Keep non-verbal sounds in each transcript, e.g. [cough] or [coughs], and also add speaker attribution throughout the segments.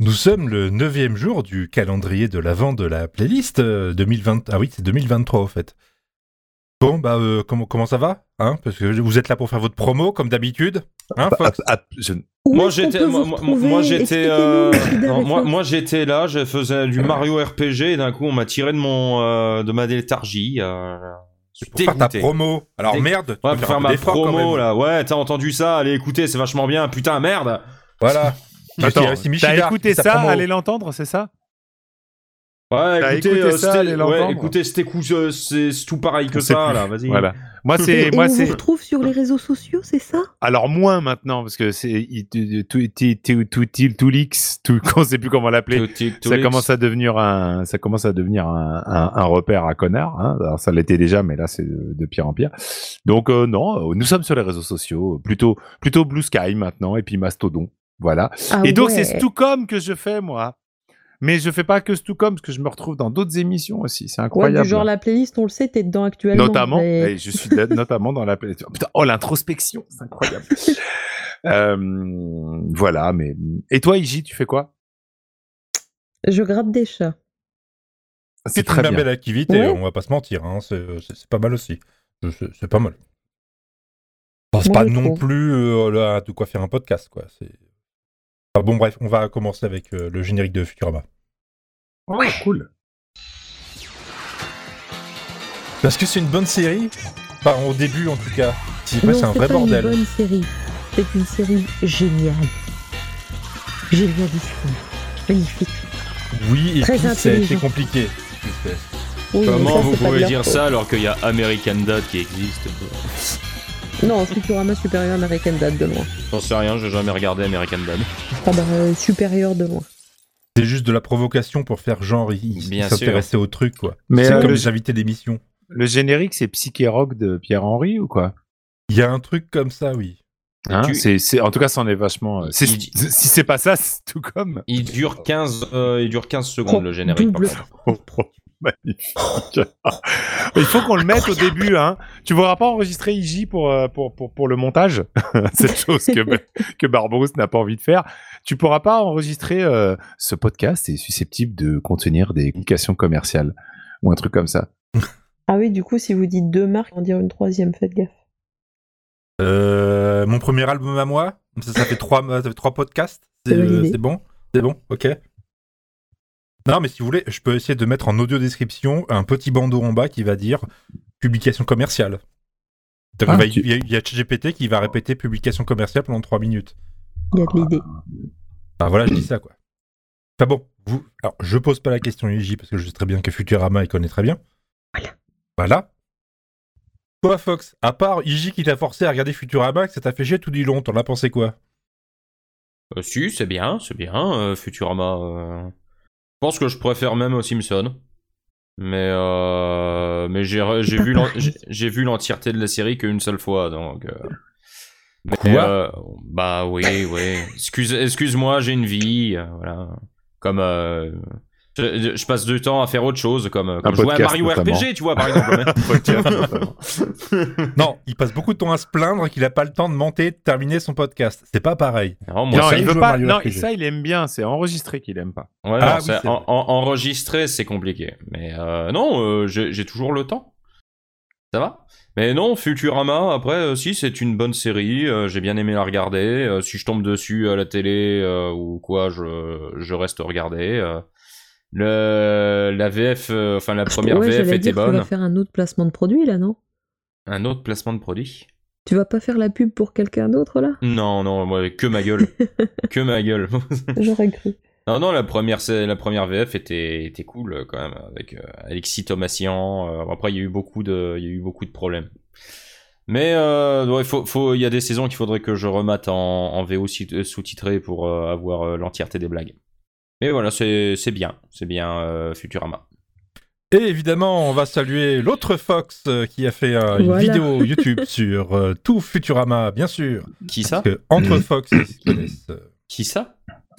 Speaker 1: Nous sommes le neuvième jour du calendrier de l'avant de la playlist euh, 2020. Ah oui, c'est 2023 en fait. Bon, bah, euh, comment, comment ça va hein Parce que vous êtes là pour faire votre promo, comme d'habitude. Hein,
Speaker 2: Bah,
Speaker 1: Fox
Speaker 2: ah, ah, je-
Speaker 3: Où
Speaker 4: Moi
Speaker 3: est-ce qu'on
Speaker 4: j'étais
Speaker 3: peut
Speaker 4: moi,
Speaker 3: vous
Speaker 4: moi-
Speaker 3: retrouver
Speaker 4: moi, j'étais euh,
Speaker 3: Expliquez-nous,
Speaker 4: non, moi,
Speaker 3: Frédéric.
Speaker 4: moi, j'étais là, je faisais du Mario RPG et d'un coup on m'a tiré de mon euh, de ma léthargie. euh, je suis
Speaker 1: pour faire ta
Speaker 4: dégoûté.
Speaker 1: promo. Alors
Speaker 4: Dé-
Speaker 1: merde, tu peux
Speaker 4: Ouais, pour
Speaker 1: un
Speaker 4: faire
Speaker 1: peu
Speaker 4: ma
Speaker 1: d'effort, quand
Speaker 4: promo
Speaker 1: même.
Speaker 4: là. Ouais, t'as entendu ça Allez écoutez, c'est vachement bien. Putain, merde.
Speaker 1: Voilà.
Speaker 2: Attends,
Speaker 1: c'est
Speaker 5: T'as
Speaker 1: Michida,
Speaker 5: écouté
Speaker 1: ta
Speaker 5: ça,
Speaker 1: promo.
Speaker 5: allez l'entendre, c'est ça T'as
Speaker 4: Ouais, écoutez,
Speaker 5: écouté
Speaker 4: euh,
Speaker 5: ça,
Speaker 4: c'était-
Speaker 5: allez
Speaker 4: ouais,
Speaker 5: l'entendre.
Speaker 4: écoutez, c'était cou- euh, c'est c'est tout pareil que
Speaker 2: On sait
Speaker 4: ça
Speaker 2: plus.
Speaker 4: là. Vas-y.
Speaker 5: Voilà. Moi
Speaker 3: Et,
Speaker 5: c'est
Speaker 3: on
Speaker 5: moi
Speaker 3: vous
Speaker 5: c'est
Speaker 3: retrouve sur les réseaux sociaux, c'est ça
Speaker 5: [laughs] alors moins maintenant parce que c'est il- tu- tu- tu- tu- tout il- tout leaks, tout [laughs] on sait plus comment l'appeler. Ça commence à devenir un ça commence à devenir un, un- un repère à connard. hein. Alors ça l'était déjà mais là c'est de pire en pire. Donc euh, non, euh, nous sommes sur les réseaux sociaux plutôt plutôt Blue Sky maintenant et puis Mastodon. Voilà.
Speaker 3: Ah
Speaker 5: Et donc, c'est Stucom que je fais, moi. Mais je fais pas que Stucom, parce que je me retrouve dans d'autres émissions aussi. C'est
Speaker 3: Ouais,
Speaker 5: incroyable.
Speaker 3: du genre la playlist, on le sait, t'es dedans actuellement.
Speaker 5: notamment,
Speaker 3: mais-
Speaker 5: et je suis de- notamment dans la. Putain, oh, l'introspection, c'est incroyable. Euh, voilà, mais. Et toi, Iji, tu fais quoi
Speaker 3: Je gratte des chats.
Speaker 1: C'est
Speaker 5: Ah, C'est
Speaker 1: une
Speaker 5: très
Speaker 1: bien
Speaker 5: bien.
Speaker 1: belle activité,
Speaker 3: Ouais.
Speaker 1: on va pas se mentir. hein, C'est c'est- c'est pas mal aussi. C'est c'est pas mal. Bon, c'est
Speaker 3: Moi,
Speaker 1: pas
Speaker 3: je
Speaker 1: non
Speaker 3: trouve.
Speaker 1: plus euh, là, de quoi faire un podcast, quoi. c'est- Ah, bon, bref, on va commencer avec euh, le générique de Futurama.
Speaker 5: Oh, cool.
Speaker 1: Parce que c'est une bonne série. Enfin, Bah, au début, en tout cas. Si c'est pas,
Speaker 3: Non,
Speaker 1: c'est un vrai
Speaker 3: pas
Speaker 1: bordel.
Speaker 3: une bonne série. C'est une série géniale. Génialissime. Magnifique.
Speaker 1: Oui, et
Speaker 3: Très
Speaker 1: puis c'est
Speaker 3: intelligent.
Speaker 1: c'est compliqué.
Speaker 3: Oui, mais
Speaker 4: Comment
Speaker 3: ça,
Speaker 4: vous
Speaker 3: c'est pas de
Speaker 4: pouvez
Speaker 3: leur
Speaker 4: dire
Speaker 3: faute.
Speaker 4: ça alors qu'il y a American Dad qui existe
Speaker 3: Non, Futurama supérieur American Dad de loin.
Speaker 4: J'en sais rien, j'ai jamais regardé American Dad.
Speaker 3: Ah bah, euh, supérieur de loin.
Speaker 1: C'est juste de la provocation pour faire genre, ils
Speaker 4: Bien
Speaker 1: ils s'intéressaient au truc, quoi.
Speaker 5: Mais
Speaker 1: C'est
Speaker 5: euh,
Speaker 1: comme
Speaker 5: le,
Speaker 1: les invités d'émission.
Speaker 5: le générique, c'est Psyché Rock de Pierre-Henri ou quoi
Speaker 1: Il y a un truc comme ça, oui.
Speaker 5: Hein,
Speaker 4: Tu-
Speaker 5: c'est- c'est- En tout cas, c'en est vachement. euh, c'est-
Speaker 4: Il-
Speaker 5: Si c'est pas ça, c'est Stucom.
Speaker 4: Il dure 15 euh, il dure 15 secondes le générique par
Speaker 3: Double.
Speaker 4: contre.
Speaker 5: Magnifique. Il faut qu'on le mette au début, hein. Tu ne voudras pas enregistrer IJ pour, euh, pour, pour, pour le montage, [laughs] cette chose que, que Barberousse n'a pas envie de faire. Tu pourras pas enregistrer euh, ce podcast est susceptible de contenir des communications commerciales ou un truc comme ça.
Speaker 3: Ah oui, du coup, si vous dites deux marques, on dire une troisième, faites gaffe.
Speaker 1: Euh, mon premier album à moi, ça, ça fait trois, ça fait trois podcasts. C'est
Speaker 3: C'est
Speaker 1: euh,
Speaker 3: validé.
Speaker 1: c'est bon C'est bon Ok. Non, mais si vous voulez, je peux essayer de mettre en audio description un petit bandeau en bas qui va dire publication commerciale. Donc,
Speaker 5: Ah,
Speaker 1: on va-
Speaker 5: tu-
Speaker 1: Il y a- il y a ChatGPT qui va répéter publication commerciale pendant trois minutes.
Speaker 3: Il y a de l'idée.
Speaker 1: Enfin voilà, je dis ça quoi. Enfin bon, vous. Alors je pose pas la question à Luigi parce que je sais très bien que Futurama il connaît très bien.
Speaker 3: Voilà.
Speaker 1: Voilà. Toi Fox, à part Iji qui t'a forcé à regarder Futurama, que ça t'a fait chier tout du long, t'en as pensé quoi
Speaker 4: Euh, si, c'est bien, c'est bien, euh, Futurama. euh. Je pense que je préfère même aux Simpsons. Mais, euh, mais j'ai, re- j'ai,
Speaker 3: pas
Speaker 4: vu l'en-
Speaker 3: pareil.
Speaker 4: j'ai, j'ai vu l'entièreté de la série qu'une seule fois, donc... euh. Mais,
Speaker 1: Quoi
Speaker 4: euh, Bah oui, oui. Excuse, excuse-moi, j'ai une vie, euh, voilà. Comme... euh, je, je passe du temps à faire autre chose, comme, euh, comme jouer à
Speaker 5: podcast,
Speaker 4: Mario
Speaker 5: notamment.
Speaker 4: RPG, tu vois, par
Speaker 5: [laughs]
Speaker 4: exemple.
Speaker 1: Non, il passe beaucoup de temps à se plaindre qu'il a pas le temps de monter, de terminer son podcast. C'est pas pareil.
Speaker 4: Non, moi,
Speaker 5: Non,
Speaker 4: ça-
Speaker 1: il
Speaker 5: il
Speaker 1: veut
Speaker 5: veut
Speaker 1: jouer
Speaker 5: pas.
Speaker 1: Mario
Speaker 5: Non,
Speaker 1: RPG.
Speaker 5: ça, il aime bien. C'est enregistré qu'il aime pas.
Speaker 4: Ouais,
Speaker 1: Ah
Speaker 4: non,
Speaker 1: oui,
Speaker 4: c'est-
Speaker 1: c'est
Speaker 4: en-
Speaker 1: vrai.
Speaker 4: en- enregistrer, c'est compliqué. Mais euh, non, euh, j'ai j'ai toujours le temps. Ça va Mais non, Futurama, après, euh, si, c'est une bonne série. euh, j'ai bien aimé la regarder. euh, si je tombe dessus à la télé euh, ou quoi, je, je reste regarder. euh. Le, la VF, euh, enfin la première
Speaker 3: Ah, ouais,
Speaker 4: VF
Speaker 3: j'allais
Speaker 4: était
Speaker 3: dire, Tu vas
Speaker 4: bonne.
Speaker 3: faire un autre placement de produit, là, non
Speaker 4: Un autre placement de produit
Speaker 3: Tu vas pas faire la pub pour quelqu'un d'autre,
Speaker 4: [laughs]
Speaker 3: là
Speaker 4: Non, non, moi, que ma
Speaker 3: [laughs]
Speaker 4: gueule. que ma gueule.
Speaker 3: J'aurais cru.
Speaker 4: Non, non, la première, c'est- la première VF était, était cool euh, quand même, avec euh, Alexis Thomasian. euh, après, il y, a eu beaucoup de, il y a eu beaucoup de problèmes. Mais euh, ouais, faut, faut- il y a des saisons qu'il faudrait que je remate en, en VO si- euh, sous-titré pour euh, avoir euh, l'entièreté des blagues. Mais voilà, c'est c'est bien, c'est bien euh, Futurama.
Speaker 1: Et évidemment, on va saluer l'autre Fox euh, qui a fait euh, une
Speaker 3: Voilà.
Speaker 1: vidéo YouTube sur euh, tout Futurama, bien sûr.
Speaker 4: Qui ça
Speaker 1: Parce que entre Fox, ils se connaissent. euh,
Speaker 4: Qui ça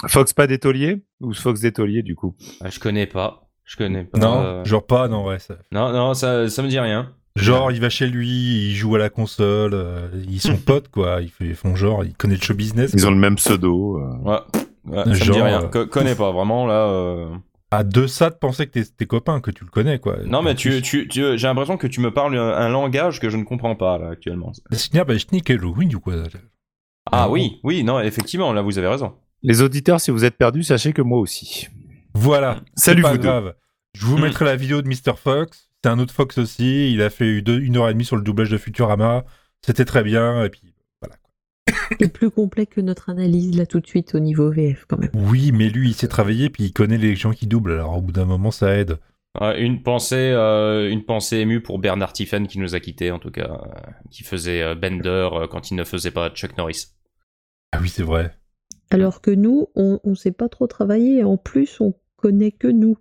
Speaker 5: Fox pas d'étolier ou Fox d'étolier du coup.
Speaker 4: Ah, Je connais pas, je connais pas.
Speaker 1: Non,
Speaker 4: euh,
Speaker 1: genre pas, non, ouais, ça-
Speaker 4: non, non, ça, ça me dit rien.
Speaker 1: Genre, il va chez lui, il joue à la console,
Speaker 4: [laughs]
Speaker 1: euh, ils sont potes, quoi. Ils f- ils font genre, ils connaissent le show business.
Speaker 5: Ils ont le même pseudo. euh.
Speaker 4: Ouais. Ouais, ça me dit
Speaker 1: Genre,
Speaker 4: rien.
Speaker 1: euh,
Speaker 4: Co- connais pas vraiment là. euh.
Speaker 1: À deux ça de penser que t'es tes copains, que tu le connais, quoi.
Speaker 4: Non, mais
Speaker 1: En plus,
Speaker 4: tu, tu, tu- j'ai l'impression que tu me parles un, un langage que je ne comprends pas là actuellement.
Speaker 1: Das ist ja bei Schnickelwin, du quoi.
Speaker 4: Ah
Speaker 1: Ah,
Speaker 4: oui, oui, non, effectivement, là vous avez raison.
Speaker 5: Les auditeurs, si vous êtes perdus, sachez que moi aussi.
Speaker 1: Voilà. c'est
Speaker 5: Salut
Speaker 1: pas
Speaker 5: vous deux.
Speaker 1: grave. Je vous
Speaker 4: Mm.
Speaker 1: mettrai la vidéo de Mr. Fox. C'est un autre Fox aussi. Il a fait eu deux- une heure et demie sur le doublage de Futurama. C'était très bien. Et puis voilà. quoi.
Speaker 3: C'est plus complet que notre analyse là tout de suite au niveau VF quand même.
Speaker 1: Oui, mais lui, il sait travailler. Puis il connaît les gens qui doublent. Alors au bout d'un moment, ça aide.
Speaker 4: Ouais, Ah, une pensée, euh, une pensée émue pour Bernard Tiffen qui nous a quittés en tout cas, euh, qui faisait euh, Bender euh, quand il ne faisait pas Chuck Norris.
Speaker 1: Ah oui, c'est vrai.
Speaker 3: Alors que nous, on ne sait pas trop travailler et en plus, on connaît que nous.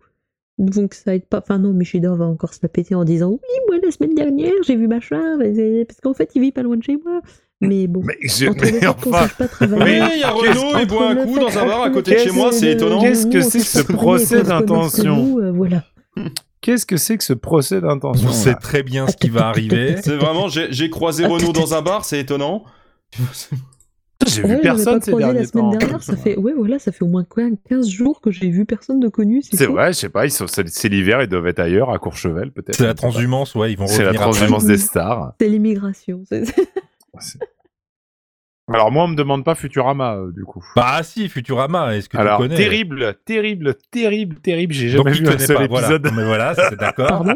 Speaker 3: Donc ça aide pas. Enfin non, Michidor va encore se la péter en disant oui, moi la semaine dernière j'ai vu machin, mais c'est- parce qu'en fait il vit pas loin de chez moi. Mais bon.
Speaker 5: Mais, je-
Speaker 3: entre le
Speaker 5: mais
Speaker 3: fait qu'on
Speaker 5: enfin,
Speaker 3: sache pas travailler,
Speaker 5: Mais
Speaker 4: il y a
Speaker 5: qu'est-ce-
Speaker 4: Renault, il boit un
Speaker 3: entre
Speaker 4: coup
Speaker 3: le
Speaker 4: dans
Speaker 3: fait
Speaker 4: un bar à
Speaker 3: qu'on
Speaker 4: côté de
Speaker 3: sache
Speaker 4: chez moi,
Speaker 3: que-
Speaker 4: c'est étonnant.
Speaker 5: Qu'est-ce que
Speaker 3: nous, on
Speaker 5: c'est
Speaker 3: sache
Speaker 5: ce
Speaker 3: travailler,
Speaker 5: procès
Speaker 3: qu'on se connaisse entre
Speaker 5: d'intention
Speaker 3: nous, euh, Voilà.
Speaker 5: qu'est-ce que c'est que ce procès d'intention
Speaker 1: On
Speaker 5: là
Speaker 1: sait très bien ce qui va
Speaker 5: [laughs]
Speaker 1: arriver.
Speaker 4: C'est vraiment, j'ai j'ai croisé Renault dans un bar, c'est étonnant.
Speaker 5: J'ai
Speaker 3: Ouais,
Speaker 5: vu
Speaker 3: j'avais
Speaker 5: personne
Speaker 3: pas
Speaker 5: ces
Speaker 3: croisé
Speaker 5: derniers
Speaker 3: la semaine
Speaker 5: temps.
Speaker 3: dernière, ça fait ouais voilà, ça fait au moins quoi, 15 jours que j'ai vu personne de connu.
Speaker 5: C'est
Speaker 3: fou.
Speaker 5: vrai, je sais pas, ils sont- c'est c'est l'hiver, ils doivent être ailleurs, à Courchevel peut-être.
Speaker 1: C'est la transhumance, ouais. Ils vont
Speaker 5: C'est
Speaker 1: revenir.
Speaker 5: la
Speaker 1: après.
Speaker 5: transhumance des stars.
Speaker 3: C'est l'immigration. c'est-
Speaker 5: Alors moi, on me demande pas Futurama euh, du coup.
Speaker 1: Bah si, Futurama. Est-ce que
Speaker 5: Alors
Speaker 1: tu connais
Speaker 5: terrible, terrible, terrible, terrible. J'ai
Speaker 1: Donc
Speaker 5: jamais
Speaker 1: tu
Speaker 5: vu un
Speaker 1: connais
Speaker 5: seul
Speaker 1: pas. Voilà.
Speaker 5: épisode.
Speaker 1: Non, Mais voilà, c'est d'accord.
Speaker 3: Pardon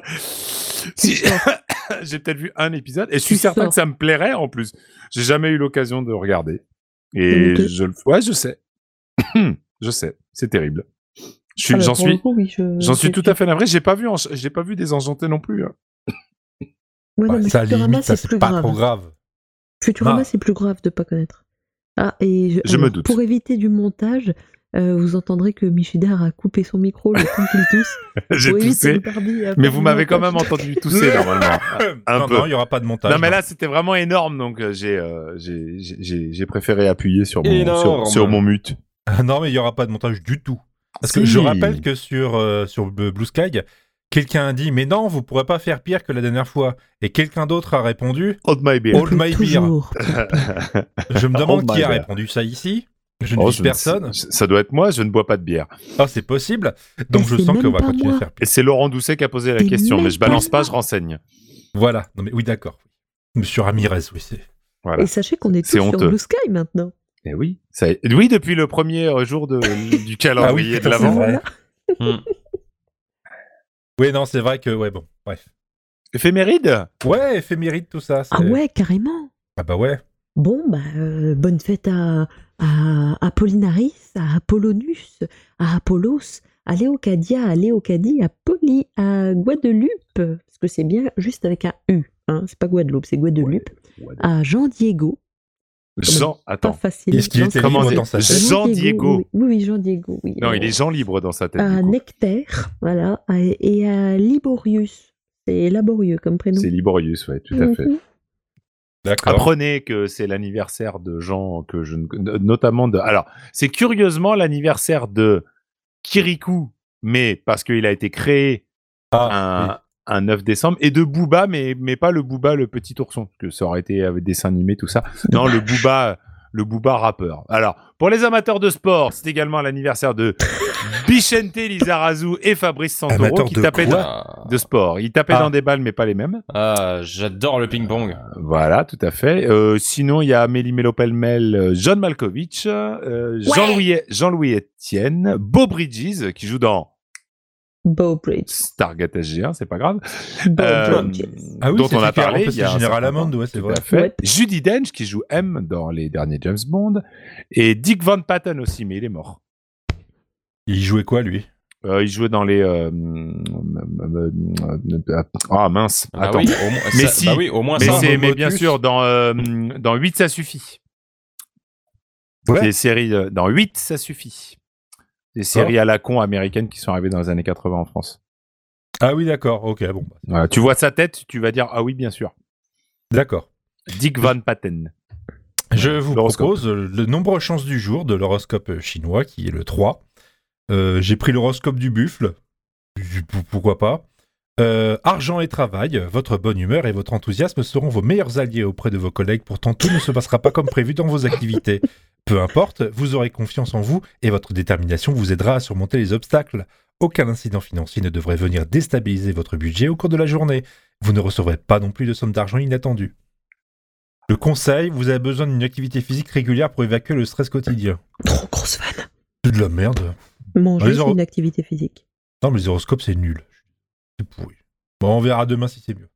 Speaker 5: Si- [coughs] J'ai peut-être vu un épisode et je suis
Speaker 3: Tu
Speaker 5: certain
Speaker 3: sors.
Speaker 5: que ça me plairait en plus. J'ai jamais eu l'occasion de regarder et
Speaker 3: Ok.
Speaker 5: je le. Ouais, je sais. [coughs] je sais, c'est terrible. Je suis-
Speaker 3: Ah bah,
Speaker 5: J'en
Speaker 3: pour le
Speaker 5: suis,
Speaker 3: coup, oui, je-
Speaker 5: j'en suis
Speaker 3: je-
Speaker 5: tout à fait navré. J'ai pas vu, en- j'ai pas vu désenchanté non plus. hein. [laughs]
Speaker 3: Ouais, non,
Speaker 1: Ouais,
Speaker 3: mais
Speaker 1: Bah, ça, à la
Speaker 3: Futurama,
Speaker 1: limite, ça
Speaker 3: c'est plus
Speaker 1: c'est pas
Speaker 3: grave.
Speaker 1: trop grave.
Speaker 3: Futurama,
Speaker 1: Ah.
Speaker 3: c'est plus grave de pas connaître. Ah, et
Speaker 5: Je me doute.
Speaker 3: Pour éviter du montage, euh, vous entendrez que Michidar a coupé son micro le temps qu'il tousse.
Speaker 5: [laughs] J'ai
Speaker 3: Pour éviter
Speaker 5: toussé.
Speaker 3: le Barbie à
Speaker 5: Mais
Speaker 3: faire
Speaker 5: vous
Speaker 3: hein, du
Speaker 5: m'avez quand
Speaker 3: montage.
Speaker 5: même entendu
Speaker 3: [laughs]
Speaker 5: tousser normalement. Un
Speaker 1: non,
Speaker 5: peu.
Speaker 1: non, il y aura pas de montage. hein.
Speaker 5: Non mais là c'était vraiment énorme donc euh, j'ai euh, j'ai- j'ai- j'ai- j'ai préféré appuyer sur mon,
Speaker 4: Énorme.
Speaker 5: sur, sur mon mute.
Speaker 1: Ah [laughs] non, mais il n'y aura pas de montage du tout. Parce que
Speaker 5: Si.
Speaker 1: je rappelle que sur, euh, sur B- Blue Sky, quelqu'un a dit Mais non, vous ne pourrez pas faire pire que la dernière fois. Et quelqu'un d'autre a répondu
Speaker 5: Hold my beer.
Speaker 1: Hold my beer.
Speaker 3: Toujours.
Speaker 1: Je
Speaker 5: [laughs]
Speaker 1: me demande
Speaker 5: Hold Oh my
Speaker 1: qui a
Speaker 5: beer.
Speaker 1: répondu ça ici. Je ne
Speaker 5: Oh,
Speaker 1: vise
Speaker 5: je ne sais-
Speaker 1: personne.
Speaker 5: Ça doit être moi, je ne bois pas de bière.
Speaker 1: Ah, c'est possible. Donc
Speaker 3: Mais
Speaker 1: je
Speaker 3: c'est
Speaker 1: sens
Speaker 3: même
Speaker 1: qu'on va
Speaker 3: pas
Speaker 1: continuer à
Speaker 3: moi.
Speaker 1: faire pire.
Speaker 5: Et c'est Laurent Doucet qui a posé la
Speaker 3: Et
Speaker 5: question,
Speaker 3: même
Speaker 5: mais je balance
Speaker 3: pas.
Speaker 5: pas, je renseigne.
Speaker 1: Voilà. Non, mais oui, d'accord. Monsieur Ramirez, oui, c'est.
Speaker 5: Voilà.
Speaker 3: Et sachez qu'on est tous
Speaker 5: C'est
Speaker 3: sur
Speaker 5: honteux.
Speaker 3: Blue Sky maintenant.
Speaker 5: Et Eh oui, ça- oui, depuis le premier euh, jour de, [laughs] du calendrier
Speaker 1: Ah oui,
Speaker 5: de
Speaker 1: c'est
Speaker 5: l'avant.
Speaker 1: vrai.
Speaker 3: Voilà.
Speaker 1: Oui, non, c'est vrai que. Ouais, bon. Bref.
Speaker 5: Éphéméride
Speaker 1: Ouais, éphéméride, tout ça. c'est-
Speaker 3: Ah ouais, carrément.
Speaker 1: Ah bah ouais.
Speaker 3: Bon, bah, euh, bonne fête à, à Apollinaris, à Apollonus, à Apollos, à Léocadia, à Léocadie, à Poli, à Guadeloupe, parce que c'est bien juste avec un U, hein, c'est pas Guadeloupe, c'est Guadeloupe, à Jean Diego,
Speaker 5: Jean,
Speaker 3: pas
Speaker 5: attends.
Speaker 3: facile.
Speaker 1: Est-ce qu'il
Speaker 3: Jean-
Speaker 1: était
Speaker 5: Comment
Speaker 1: libre
Speaker 5: dire-
Speaker 1: dans sa tête
Speaker 5: Je- Jean Diego. Ah,
Speaker 3: Oui, oui, oui, Jean Diego, oui.
Speaker 5: Non, il
Speaker 3: Euh,
Speaker 5: est Jean libre dans sa tête.
Speaker 3: À
Speaker 5: du coup.
Speaker 3: Nectaire, voilà, à- et à Liborius, c'est laborieux comme prénom.
Speaker 5: C'est Liborius, ouais, tout à fait.
Speaker 3: Mhm.
Speaker 1: D'accord.
Speaker 5: Apprenez que c'est l'anniversaire de gens que je ne connais, notamment de. Alors, c'est curieusement l'anniversaire de Kirikou, mais parce qu'il a été créé
Speaker 1: Ah,
Speaker 5: un, un 9 décembre, et de Booba, mais, mais pas le Booba, le petit ourson, parce que ça aurait été avec dessin animé, tout ça. Non, le Booba, le Booba rappeur. Alors, pour les amateurs de sport, c'est également l'anniversaire de Bichente Lizarazu et Fabrice Santoro,
Speaker 1: Amateurs
Speaker 5: qui
Speaker 1: de
Speaker 5: tapaient
Speaker 1: quoi
Speaker 5: dans-
Speaker 4: Ah,
Speaker 5: de sport. Ils tapaient
Speaker 1: Ah.
Speaker 5: dans des balles, mais pas les mêmes.
Speaker 4: ah, j'adore le ping-pong.
Speaker 5: Voilà, tout à fait. Euh, sinon, il y a Amélie Melopelmel, euh, John Malkovich, euh, Jean-Louis Jean-Louis Etienne, Beau Bridges, qui joue dans
Speaker 3: Bowbridge.
Speaker 5: Stargate SG1, c'est pas grave, euh,
Speaker 3: Bowbridge.
Speaker 1: Ah oui,
Speaker 5: dont
Speaker 1: c'est
Speaker 5: on
Speaker 1: lui
Speaker 5: a
Speaker 1: qui a
Speaker 5: parlé.
Speaker 1: remplacé
Speaker 5: il y a un
Speaker 1: Général
Speaker 5: certain
Speaker 1: Hammond,
Speaker 5: temps.
Speaker 1: ouais, c'est
Speaker 5: Tout
Speaker 1: vrai.
Speaker 5: à fait.
Speaker 3: Ouais.
Speaker 5: Judy Dench, qui joue M dans les derniers James Bond, et Dick Van Patten aussi, mais il est mort.
Speaker 1: Il jouait quoi, lui
Speaker 5: Euh, il jouait dans les... euh, euh, euh, euh, ah mince,
Speaker 4: Ah
Speaker 5: attends.
Speaker 4: oui, au moins,
Speaker 5: Mais
Speaker 4: ça-
Speaker 5: si.
Speaker 4: bah oui, au moins
Speaker 5: Mais,
Speaker 4: ça.
Speaker 5: c'est- mais
Speaker 1: Motus.
Speaker 5: bien sûr, dans, euh, dans 8, ça suffit.
Speaker 1: Ouais.
Speaker 5: Des séries euh, dans 8, ça suffit. Des séries à la con américaines qui sont arrivées dans les années 80 en France.
Speaker 1: Ah oui, d'accord, ok, bon. bah,
Speaker 5: Voilà, tu vois sa tête, tu vas dire ah oui, bien sûr.
Speaker 1: D'accord.
Speaker 5: Dick Van Patten.
Speaker 1: Je vous
Speaker 5: L'horoscope.
Speaker 1: propose euh, le nombre de chances du jour de l'horoscope euh, chinois, qui est le 3. Euh, J'ai pris l'horoscope du buffle, du- pou- pourquoi pas. Euh, argent et travail, votre bonne humeur et votre enthousiasme seront vos meilleurs alliés auprès de vos collègues, pourtant tout ne se passera pas comme prévu dans vos activités. Peu importe, vous aurez confiance en vous et votre détermination vous aidera à surmonter les obstacles. Aucun incident financier ne devrait venir déstabiliser votre budget au cours de la journée. Vous ne recevrez pas non plus de somme d'argent inattendue. Le conseil, vous avez besoin d'une activité physique régulière pour évacuer le stress quotidien.
Speaker 3: Trop grosse vanne.
Speaker 1: C'est de la merde.
Speaker 3: Manger,
Speaker 1: Les
Speaker 3: c'est
Speaker 1: hor-
Speaker 3: une activité physique.
Speaker 1: Non, mais les horoscopes, c'est nul. C'est pourri. Bon, on verra demain si c'est mieux.